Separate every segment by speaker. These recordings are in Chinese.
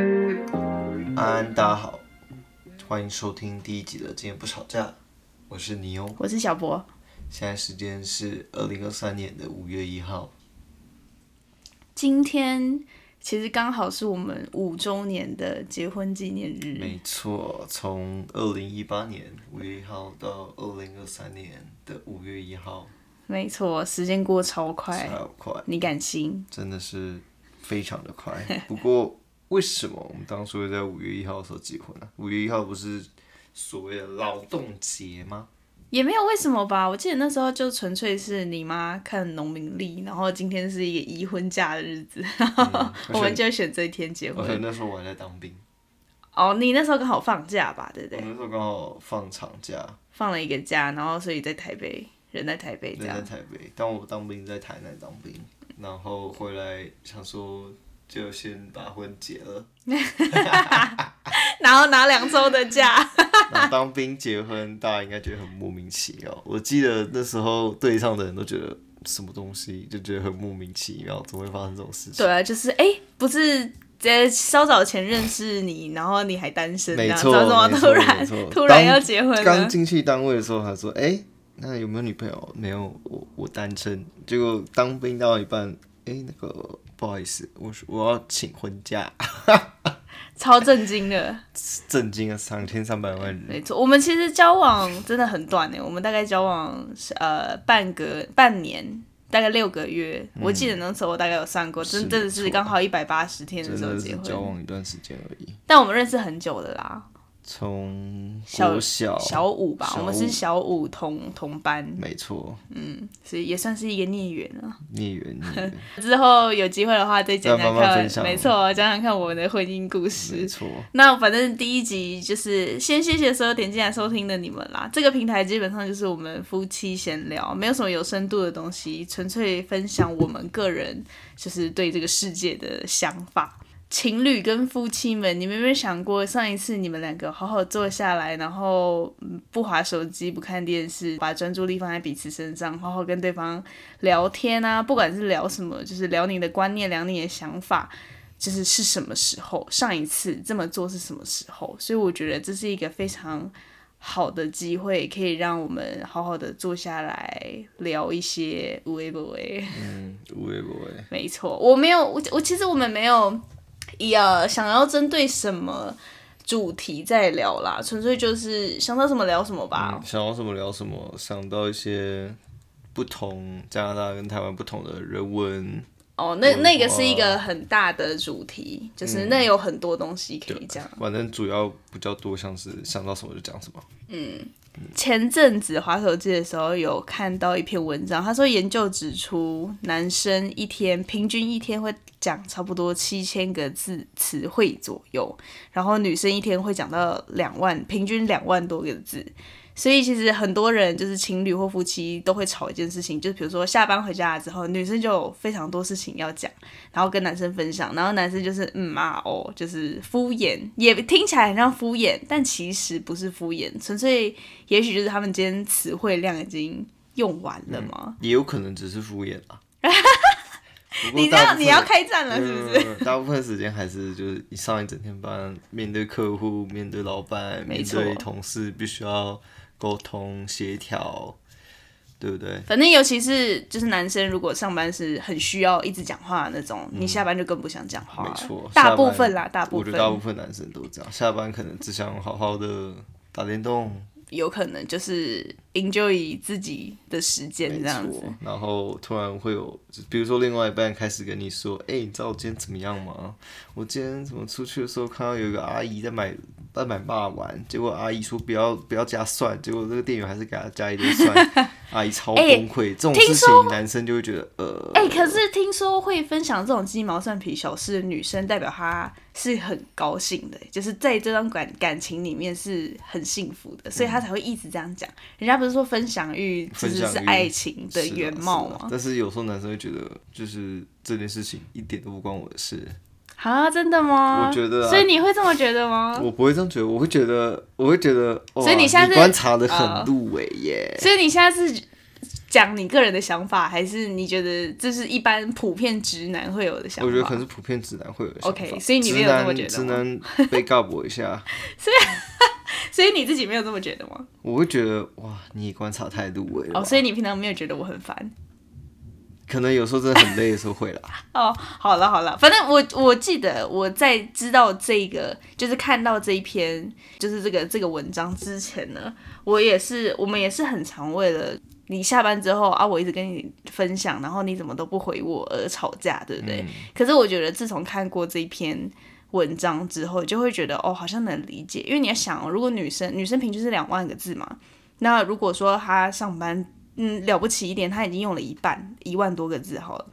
Speaker 1: 安安，大家好，欢迎收听第一集的《今天不吵架》，我是尼欧。
Speaker 2: 我是小博。
Speaker 1: 现在时间是二零二三年的五月一号，
Speaker 2: 今天其实刚好是我们五周年的结婚纪念日，
Speaker 1: 没错，从二零一八年五月一号到二零二三年的五月一号，
Speaker 2: 没错，时间过超快，
Speaker 1: 超快，
Speaker 2: 你敢信？
Speaker 1: 真的是非常的快。不过，为什么我们当初会在五月一号的时候结婚呢、五月一号不是所谓的劳动节吗？
Speaker 2: 也没有为什么吧，我记得那时候就纯粹是你妈看农民历，然后今天是一个已婚假的日子，
Speaker 1: 而且
Speaker 2: 我们就选这一天结
Speaker 1: 而且
Speaker 2: 婚。
Speaker 1: 那时候我还在当兵，
Speaker 2: 哦，你那时候刚好放假吧，对不
Speaker 1: 我
Speaker 2: 对？
Speaker 1: 那时候刚好放长假，
Speaker 2: 放了一个假，然后所以在台北，人在台北这
Speaker 1: 人
Speaker 2: 样
Speaker 1: 在。台北，但我当兵在台南当兵，然后回来想说就先把婚结了，
Speaker 2: 然后拿两周的假，
Speaker 1: 然后当兵结婚，大家应该觉得很莫名其妙。我记得那时候队上的人都觉得什么东西，就觉得很莫名其妙，怎么会发生这种事情？
Speaker 2: 对啊，就是哎、不是。在稍早前认识你，然后你还单身，这
Speaker 1: 没
Speaker 2: 样
Speaker 1: 错，
Speaker 2: 怎么怎
Speaker 1: 没
Speaker 2: 么突
Speaker 1: 错
Speaker 2: 然
Speaker 1: 没错
Speaker 2: 突
Speaker 1: 当
Speaker 2: 然要结婚
Speaker 1: 刚
Speaker 2: 了？
Speaker 1: 进去单位的时候，他说：“哎、那有没有女朋友？没有，我我单身。”结果当兵到一半，哎、那个不好意思，我说我要请婚假，
Speaker 2: 超震惊
Speaker 1: 嗯
Speaker 2: 的，
Speaker 1: 震惊了三千三百万人。
Speaker 2: 没错。我们其实交往真的很短欸诶，我们大概交往是呃半个半年，大概六个月。我记得那时候我大概有算过，
Speaker 1: 嗯是
Speaker 2: 真真的是
Speaker 1: 没错
Speaker 2: 刚好一百八十天的
Speaker 1: 真
Speaker 2: 时候
Speaker 1: 的
Speaker 2: 结
Speaker 1: 是交
Speaker 2: 婚。
Speaker 1: 往一段时间而已，
Speaker 2: 但我们认识很久的啦，
Speaker 1: 从
Speaker 2: 小
Speaker 1: 国小
Speaker 2: 小五吧，
Speaker 1: 哦小
Speaker 2: 我们
Speaker 1: 五
Speaker 2: 是小五同同班，
Speaker 1: 没错，
Speaker 2: 所以也算是一个孽缘啊。
Speaker 1: 孽缘 孽缘，
Speaker 2: 之后有机会的话再讲
Speaker 1: 再
Speaker 2: 讲
Speaker 1: 慢慢
Speaker 2: 看，
Speaker 1: 分享
Speaker 2: 没错，讲讲看我们的婚姻故
Speaker 1: 没
Speaker 2: 事。
Speaker 1: 错，
Speaker 2: 那反正第一集就是先谢谢所有点进来收听的你们啦。这个平台基本上就是我们夫妻闲聊，没有什么有深度的东西，纯粹分享我们个人就是对这个世界的想法。情侣跟夫妻们，你们有没有想过，上一次你们两个好好坐下来，然后嗯不划手机、不看电视，把专注力放在彼此身上，好好跟对方聊天啊，不管是聊什么，就是聊你的观念，聊你的想法，就是是什么时候，上一次这么做是什么时候，所以我觉得这是一个非常好的机会，可以让我们好好的坐下来聊一些无为不为。
Speaker 1: 嗯，无为不为，
Speaker 2: 没错，我没有，我我其实我们没有要想要针对什么主题在聊啦，纯粹就是想到什么聊什么吧。
Speaker 1: 嗯想到什么聊什么，想到一些不同加拿大跟台湾不同的人文，
Speaker 2: 哦，那那个
Speaker 1: 哇
Speaker 2: 是一个很大的主题，就是那有很多东西可以讲。
Speaker 1: 反正主要比较多像是想到什么就讲什么，
Speaker 2: 前阵子滑手机的时候有看到一篇文章，他说研究指出，男生一天平均一天会讲差不多七千个字词汇左右，然后女生一天会讲到两万，平均两万多个字。所以其实很多人就是情侣或夫妻都会吵一件事情，就是比如说下班回家之后，女生就有非常多事情要讲，然后跟男生分享，然后男生就是嗯啊哦，就是敷衍，也听起来很像敷衍，但其实不是敷衍，纯粹也许就是他们今天词汇量已经用完了嘛。
Speaker 1: 也有可能只是敷衍 啊。不过
Speaker 2: 你
Speaker 1: 嗯
Speaker 2: 知
Speaker 1: 大
Speaker 2: 道
Speaker 1: 部
Speaker 2: 你
Speaker 1: 分
Speaker 2: 要开战了是不是？
Speaker 1: 嗯大部分时间还是就是你上一整天班，面对客户、面对老板、
Speaker 2: 没
Speaker 1: 面
Speaker 2: 错
Speaker 1: 对同事，必须要沟通协调，对不对？
Speaker 2: 反正尤其是就是男生，如果上班是很需要一直讲话的那种，你下班就更不想讲话了。
Speaker 1: 没错，
Speaker 2: 大
Speaker 1: 下班
Speaker 2: 部分啦，大部
Speaker 1: 我觉
Speaker 2: 分
Speaker 1: 得大部分男生都这样，下班可能只想好好的打电动，
Speaker 2: 有可能就是 enjoy 自己的时间
Speaker 1: 没
Speaker 2: 这样子
Speaker 1: 错。。然后突然会有，就比如说另外一半开始跟你说：“哎、你知道我今天怎么样吗？我今天怎么出去的时候看到有一个阿姨在买在买霸丸，结果阿姨说不要不要加蒜，结果那个店员还是给她加一堆蒜， 阿姨超崩溃。这种事
Speaker 2: 哎听
Speaker 1: 情
Speaker 2: 说
Speaker 1: 男生就会觉得呃，
Speaker 2: 哎、可是听说会分享这种鸡毛蒜皮小事的女生，代表她是很高兴的，就是在这段感感情里面是很幸福的，所以她才会一直这样讲。人家不是说分享欲其
Speaker 1: 分
Speaker 2: 实
Speaker 1: 享
Speaker 2: 是
Speaker 1: 欲
Speaker 2: 爱情的
Speaker 1: 是啊
Speaker 2: 原貌
Speaker 1: 是啊
Speaker 2: 吗？
Speaker 1: 但是有时候男生会觉得，就是这件事情一点都不关我的事，
Speaker 2: 啊，真的吗？
Speaker 1: 我觉得啊
Speaker 2: 所以你会这么觉得吗？
Speaker 1: 我不会这样觉得，我会觉得，我会觉得，哇
Speaker 2: 啊所以你下次
Speaker 1: 观察的很
Speaker 2: 哦
Speaker 1: 入微耶。
Speaker 2: 所以你现在是讲你个人的想法，还是你觉得这是一般普遍直男会有的想法？
Speaker 1: 我觉得可能是普遍直男会有的想法
Speaker 2: OK，所以你
Speaker 1: 直
Speaker 2: 没有这么
Speaker 1: 男
Speaker 2: 觉得
Speaker 1: 直男被告我一下，
Speaker 2: 所以你自己没有这么觉得吗？
Speaker 1: 我会觉得哇，你观察太入微了吧。
Speaker 2: 哦，所以你平常没有觉得我很烦。
Speaker 1: 可能有时候真的很累的时候会啦。
Speaker 2: 哦，好了好了，反正我我记得我在知道这个，就是看到这一篇，就是这个这个文章之前呢，我也是我们也是很常为了你下班之后啊，我一直跟你分享，然后你怎么都不回我而吵架，对不
Speaker 1: 嗯
Speaker 2: 对？可是我觉得自从看过这一篇文章之后，就会觉得哦，好像能理解，因为你要想哦，如果女生女生平均是两万个字嘛，那如果说她上班，嗯，了不起一点，她已经用了一半一万多个字好了。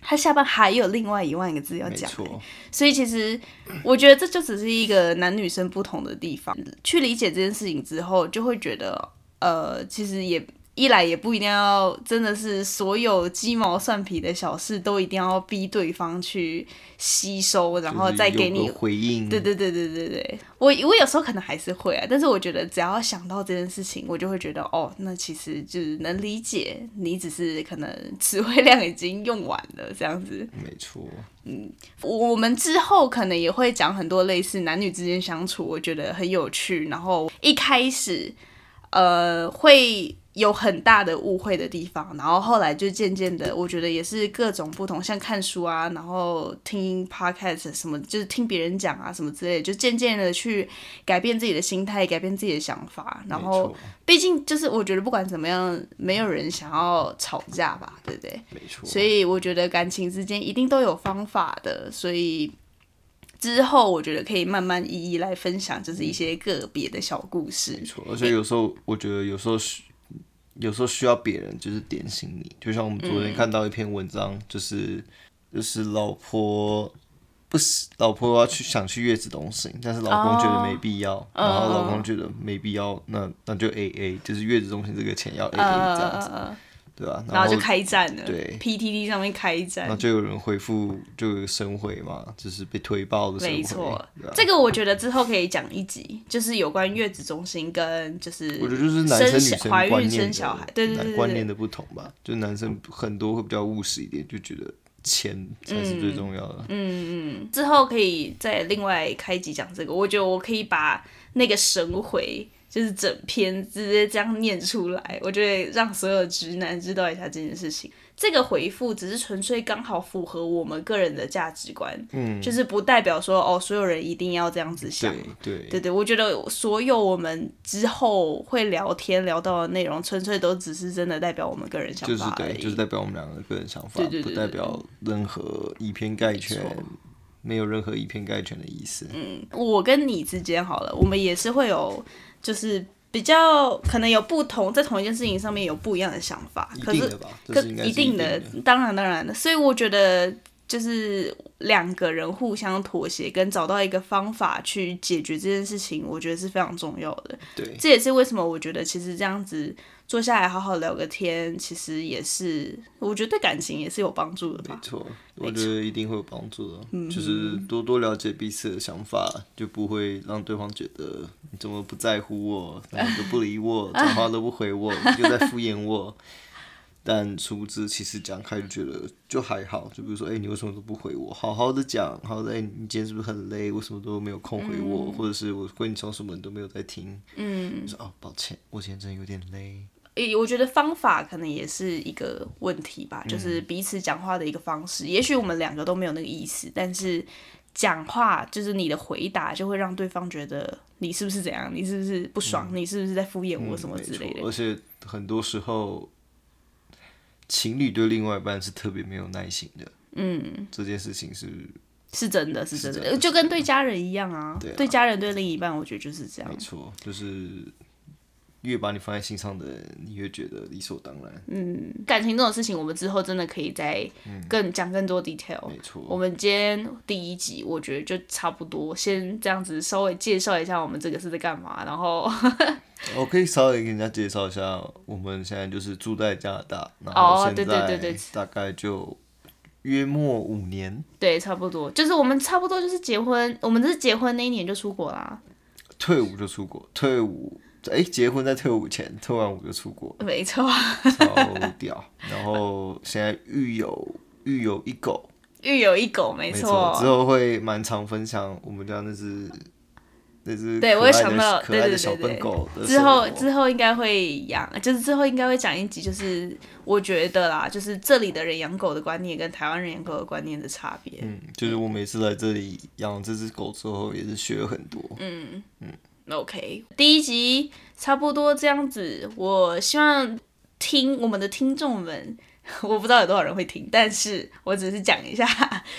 Speaker 2: 她下班还有另外一万个字 要
Speaker 1: 没
Speaker 2: 讲，欸
Speaker 1: 错，
Speaker 2: 所以其实我觉得这就只是一个男女生不同的地方。去理解这件事情之后，就会觉得，呃，其实也一来也不一定要真的是所有鸡毛蒜皮的小事都一定要逼对方去吸收，然后再
Speaker 1: 就
Speaker 2: 给
Speaker 1: 是
Speaker 2: 你
Speaker 1: 有个回应。
Speaker 2: 对对对对对对，我我有时候可能还是会啊，但是我觉得只要想到这件事情，我就会觉得哦，那其实就是能理解，你只是可能词汇量已经用完了这样子。
Speaker 1: 没错，
Speaker 2: 我们之后可能也会讲很多类似男女之间相处，我觉得很有趣。然后一开始，呃，会有很大的误会的地方，然后后来就渐渐的，我觉得也是各种不同，像看书啊，然后听 podcast 什么，就是听别人讲啊什么之类的，就渐渐的去改变自己的心态，改变自己的想法。然后，毕竟就是我觉得不管怎么样，没有人想要吵架吧，对不对？
Speaker 1: 没错，
Speaker 2: 所以我觉得感情之间一定都有方法的，所以之后我觉得可以慢慢一一来分享，就是一些个别的小故事
Speaker 1: 没。错。而且有时候我觉得有时候需有时候需要别人就是点醒你，就像我们昨天看到一篇文章，就是就是老婆。不是，老婆要去想去月子中心，但是老公觉得没必
Speaker 2: 哦
Speaker 1: 要然后老公觉得没必要，那那就 A A，就是月子中心这个钱要
Speaker 2: 嗯
Speaker 1: A A 这样子，
Speaker 2: 呃，
Speaker 1: 对吧、
Speaker 2: 然后就开战了，
Speaker 1: 对
Speaker 2: PTT 上面开
Speaker 1: 那
Speaker 2: 战，
Speaker 1: 就有人回复，就有神回嘛，就是被推爆的神回。
Speaker 2: 没错
Speaker 1: 对啊吧，
Speaker 2: 这个我觉得之后可以讲一集，就是有关月子中心跟就是
Speaker 1: 我觉得就是男生
Speaker 2: 生
Speaker 1: 女
Speaker 2: 小
Speaker 1: 生
Speaker 2: 怀
Speaker 1: 观
Speaker 2: 孕
Speaker 1: 念
Speaker 2: 生
Speaker 1: 的
Speaker 2: 小孩，对对
Speaker 1: 男
Speaker 2: 对
Speaker 1: 观
Speaker 2: 对
Speaker 1: 念的不同吧，就男生很多会比较务实一点，就觉得钱才是
Speaker 2: 嗯
Speaker 1: 最重要的。
Speaker 2: 之后可以再另外开集讲这个。我觉得我可以把那个神回，就是整篇直接这样念出来，我觉得让所有直男知道一下这件事情。这个回复只是纯粹刚好符合我们个人的价值观，嗯，就是不代表说哦，所有人一定要这样子想。
Speaker 1: 对对，
Speaker 2: 对对，我觉得所有我们之后会聊天聊到的内容，纯粹都只是真的代表我们个人想
Speaker 1: 就是
Speaker 2: 法而
Speaker 1: 对，
Speaker 2: 已。
Speaker 1: 就是代表我们两个个人想法，
Speaker 2: 对对对嗯
Speaker 1: 不代表任何以偏概全
Speaker 2: 没错，嗯
Speaker 1: 没有任何以偏概全的意思。
Speaker 2: 我跟你之间好了，我们也是会有，就是比较可能有不同，在同一件事情上面有不一样的想法。
Speaker 1: 一
Speaker 2: 可
Speaker 1: 定
Speaker 2: 是
Speaker 1: 的吧，这
Speaker 2: 可
Speaker 1: 是应该是
Speaker 2: 一定的，当然当然的。所以我觉得就是两个人互相妥协，跟找到一个方法去解决这件事情，我觉得是非常重要的。
Speaker 1: 对，
Speaker 2: 这也是为什么我觉得其实这样子坐下来好好聊个天，其实也是我觉得对感情也是有帮助的
Speaker 1: 没
Speaker 2: 吧。
Speaker 1: 错，嗯我觉得一定会有帮助的，就是多多了解彼此的想法，就不会让对方觉得你怎么不在乎我，然后都不理我，讲话都不回我，又在敷衍我。 但殊不知，其实讲开就觉得就还好。就比如说，哎、你为什么都不回我？好好的讲，好好的，哎、你今天是不是很累？为什么都没有空回我？或者是我跟你说什么你都没有在听？嗯，说哦，抱歉，我今天真的有点累。
Speaker 2: 诶，我觉得方法可能也是一个问题吧，就是
Speaker 1: 嗯
Speaker 2: 彼此讲话的一个方式。也许我们两个都没有那个意思，但是讲话就是你的回答就会让对方觉得你是不是怎样，你是不是不爽，你是不是在敷衍我
Speaker 1: 嗯
Speaker 2: 什么
Speaker 1: 没
Speaker 2: 之类
Speaker 1: 错
Speaker 2: 的。
Speaker 1: 而且很多时候，情侣对另外一半是特别没有耐心的。嗯，这件事情是
Speaker 2: 是真的，是真
Speaker 1: 是
Speaker 2: 的，
Speaker 1: 真的
Speaker 2: 就跟对家人一样啊，
Speaker 1: 对啊
Speaker 2: 家人对另一半，我觉得就是这样
Speaker 1: 没。错，就是越把你放在心上的人，你越觉得理所当然。
Speaker 2: 嗯感情这种事情，我们之后真的可以再更讲更多 detail。
Speaker 1: 嗯没错，
Speaker 2: 我们今天第一集，我觉得就差不多，先这样子稍微介绍一下我们这个是在干嘛，然后
Speaker 1: 我可以稍微给人家介绍一下，我们现在就是住在加拿大，然
Speaker 2: 哦
Speaker 1: 后现
Speaker 2: 对对对
Speaker 1: 在
Speaker 2: 对
Speaker 1: 大概就约莫五年，
Speaker 2: 对，差不多，就是我们差不多就是结婚，我们是结婚那一年就出国啦，
Speaker 1: 退伍就出国，退伍哎、结婚在退伍前，退完伍就出国，
Speaker 2: 没错，
Speaker 1: 超屌。然后现在育有育有一狗，
Speaker 2: 育有一狗，没
Speaker 1: 没
Speaker 2: 错，
Speaker 1: 之后会蛮常分享我们家那只那只
Speaker 2: 对
Speaker 1: 可
Speaker 2: 我
Speaker 1: 爱
Speaker 2: 有想
Speaker 1: 的
Speaker 2: 到
Speaker 1: 可
Speaker 2: 对
Speaker 1: 爱
Speaker 2: 对
Speaker 1: 的
Speaker 2: 对
Speaker 1: 小
Speaker 2: 对
Speaker 1: 笨狗的
Speaker 2: 之后
Speaker 1: 生活
Speaker 2: 之后应该会养，就是之后应该会讲一集，就是我觉得啦，就是这里的人养狗的观念跟台湾人养狗的观念的差别。
Speaker 1: 嗯，就是我每次来这里养这只狗之后，也是学了很多。
Speaker 2: 嗯 OK，第一集差不多这样子。我希望听我们的听众们，我不知道有多少人会听，但是我只是讲一下，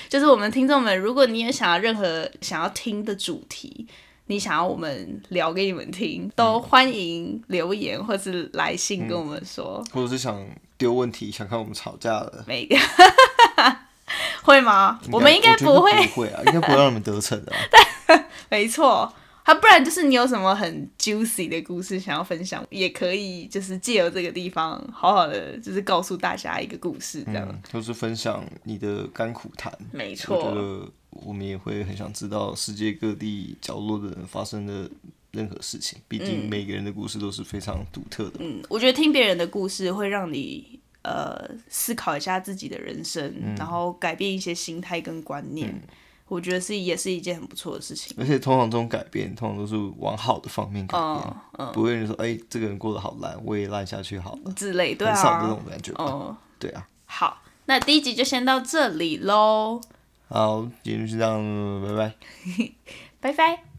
Speaker 2: 就是我们听众们，如果你也想要任何想要听的主题，你想要我们聊给你们听，都欢迎留言或是来信跟我们说。
Speaker 1: 或者是想丢问题，想看我们吵架了，
Speaker 2: 每个 会吗？我们应该
Speaker 1: 我觉得
Speaker 2: 不会，
Speaker 1: 不会啊，应该不会让你们得逞的、 啊。
Speaker 2: 没错。啊，不然就是你有什么很 juicy 的故事想要分享，也可以就是借由这个地方，好好的就是告诉大家一个故事，这样、
Speaker 1: 嗯，就是分享你的甘苦谈。嗯
Speaker 2: 没
Speaker 1: 我觉
Speaker 2: 错。
Speaker 1: 得我们也会很想知道世界各地角落的人发生的任何事情，毕竟每个人的故事都是非常独特的。
Speaker 2: 嗯，我觉得听别人的故事会让你呃思考一下自己的人生，
Speaker 1: 嗯
Speaker 2: 然后改变一些心态跟观念，我觉得是也是一件很不错的事情。
Speaker 1: 而且通常这种改变，通常都是往好的方面改变
Speaker 2: 嗯，嗯
Speaker 1: 不会有人说，哎、这个人过得好烂，我也烂下去好了，
Speaker 2: 之类，对
Speaker 1: 很少这种
Speaker 2: 啊。
Speaker 1: 感觉吧？
Speaker 2: 哦、
Speaker 1: 对啊，
Speaker 2: 好，那第一集就先到这里喽，
Speaker 1: 好，今天就这样，拜拜。
Speaker 2: 拜拜。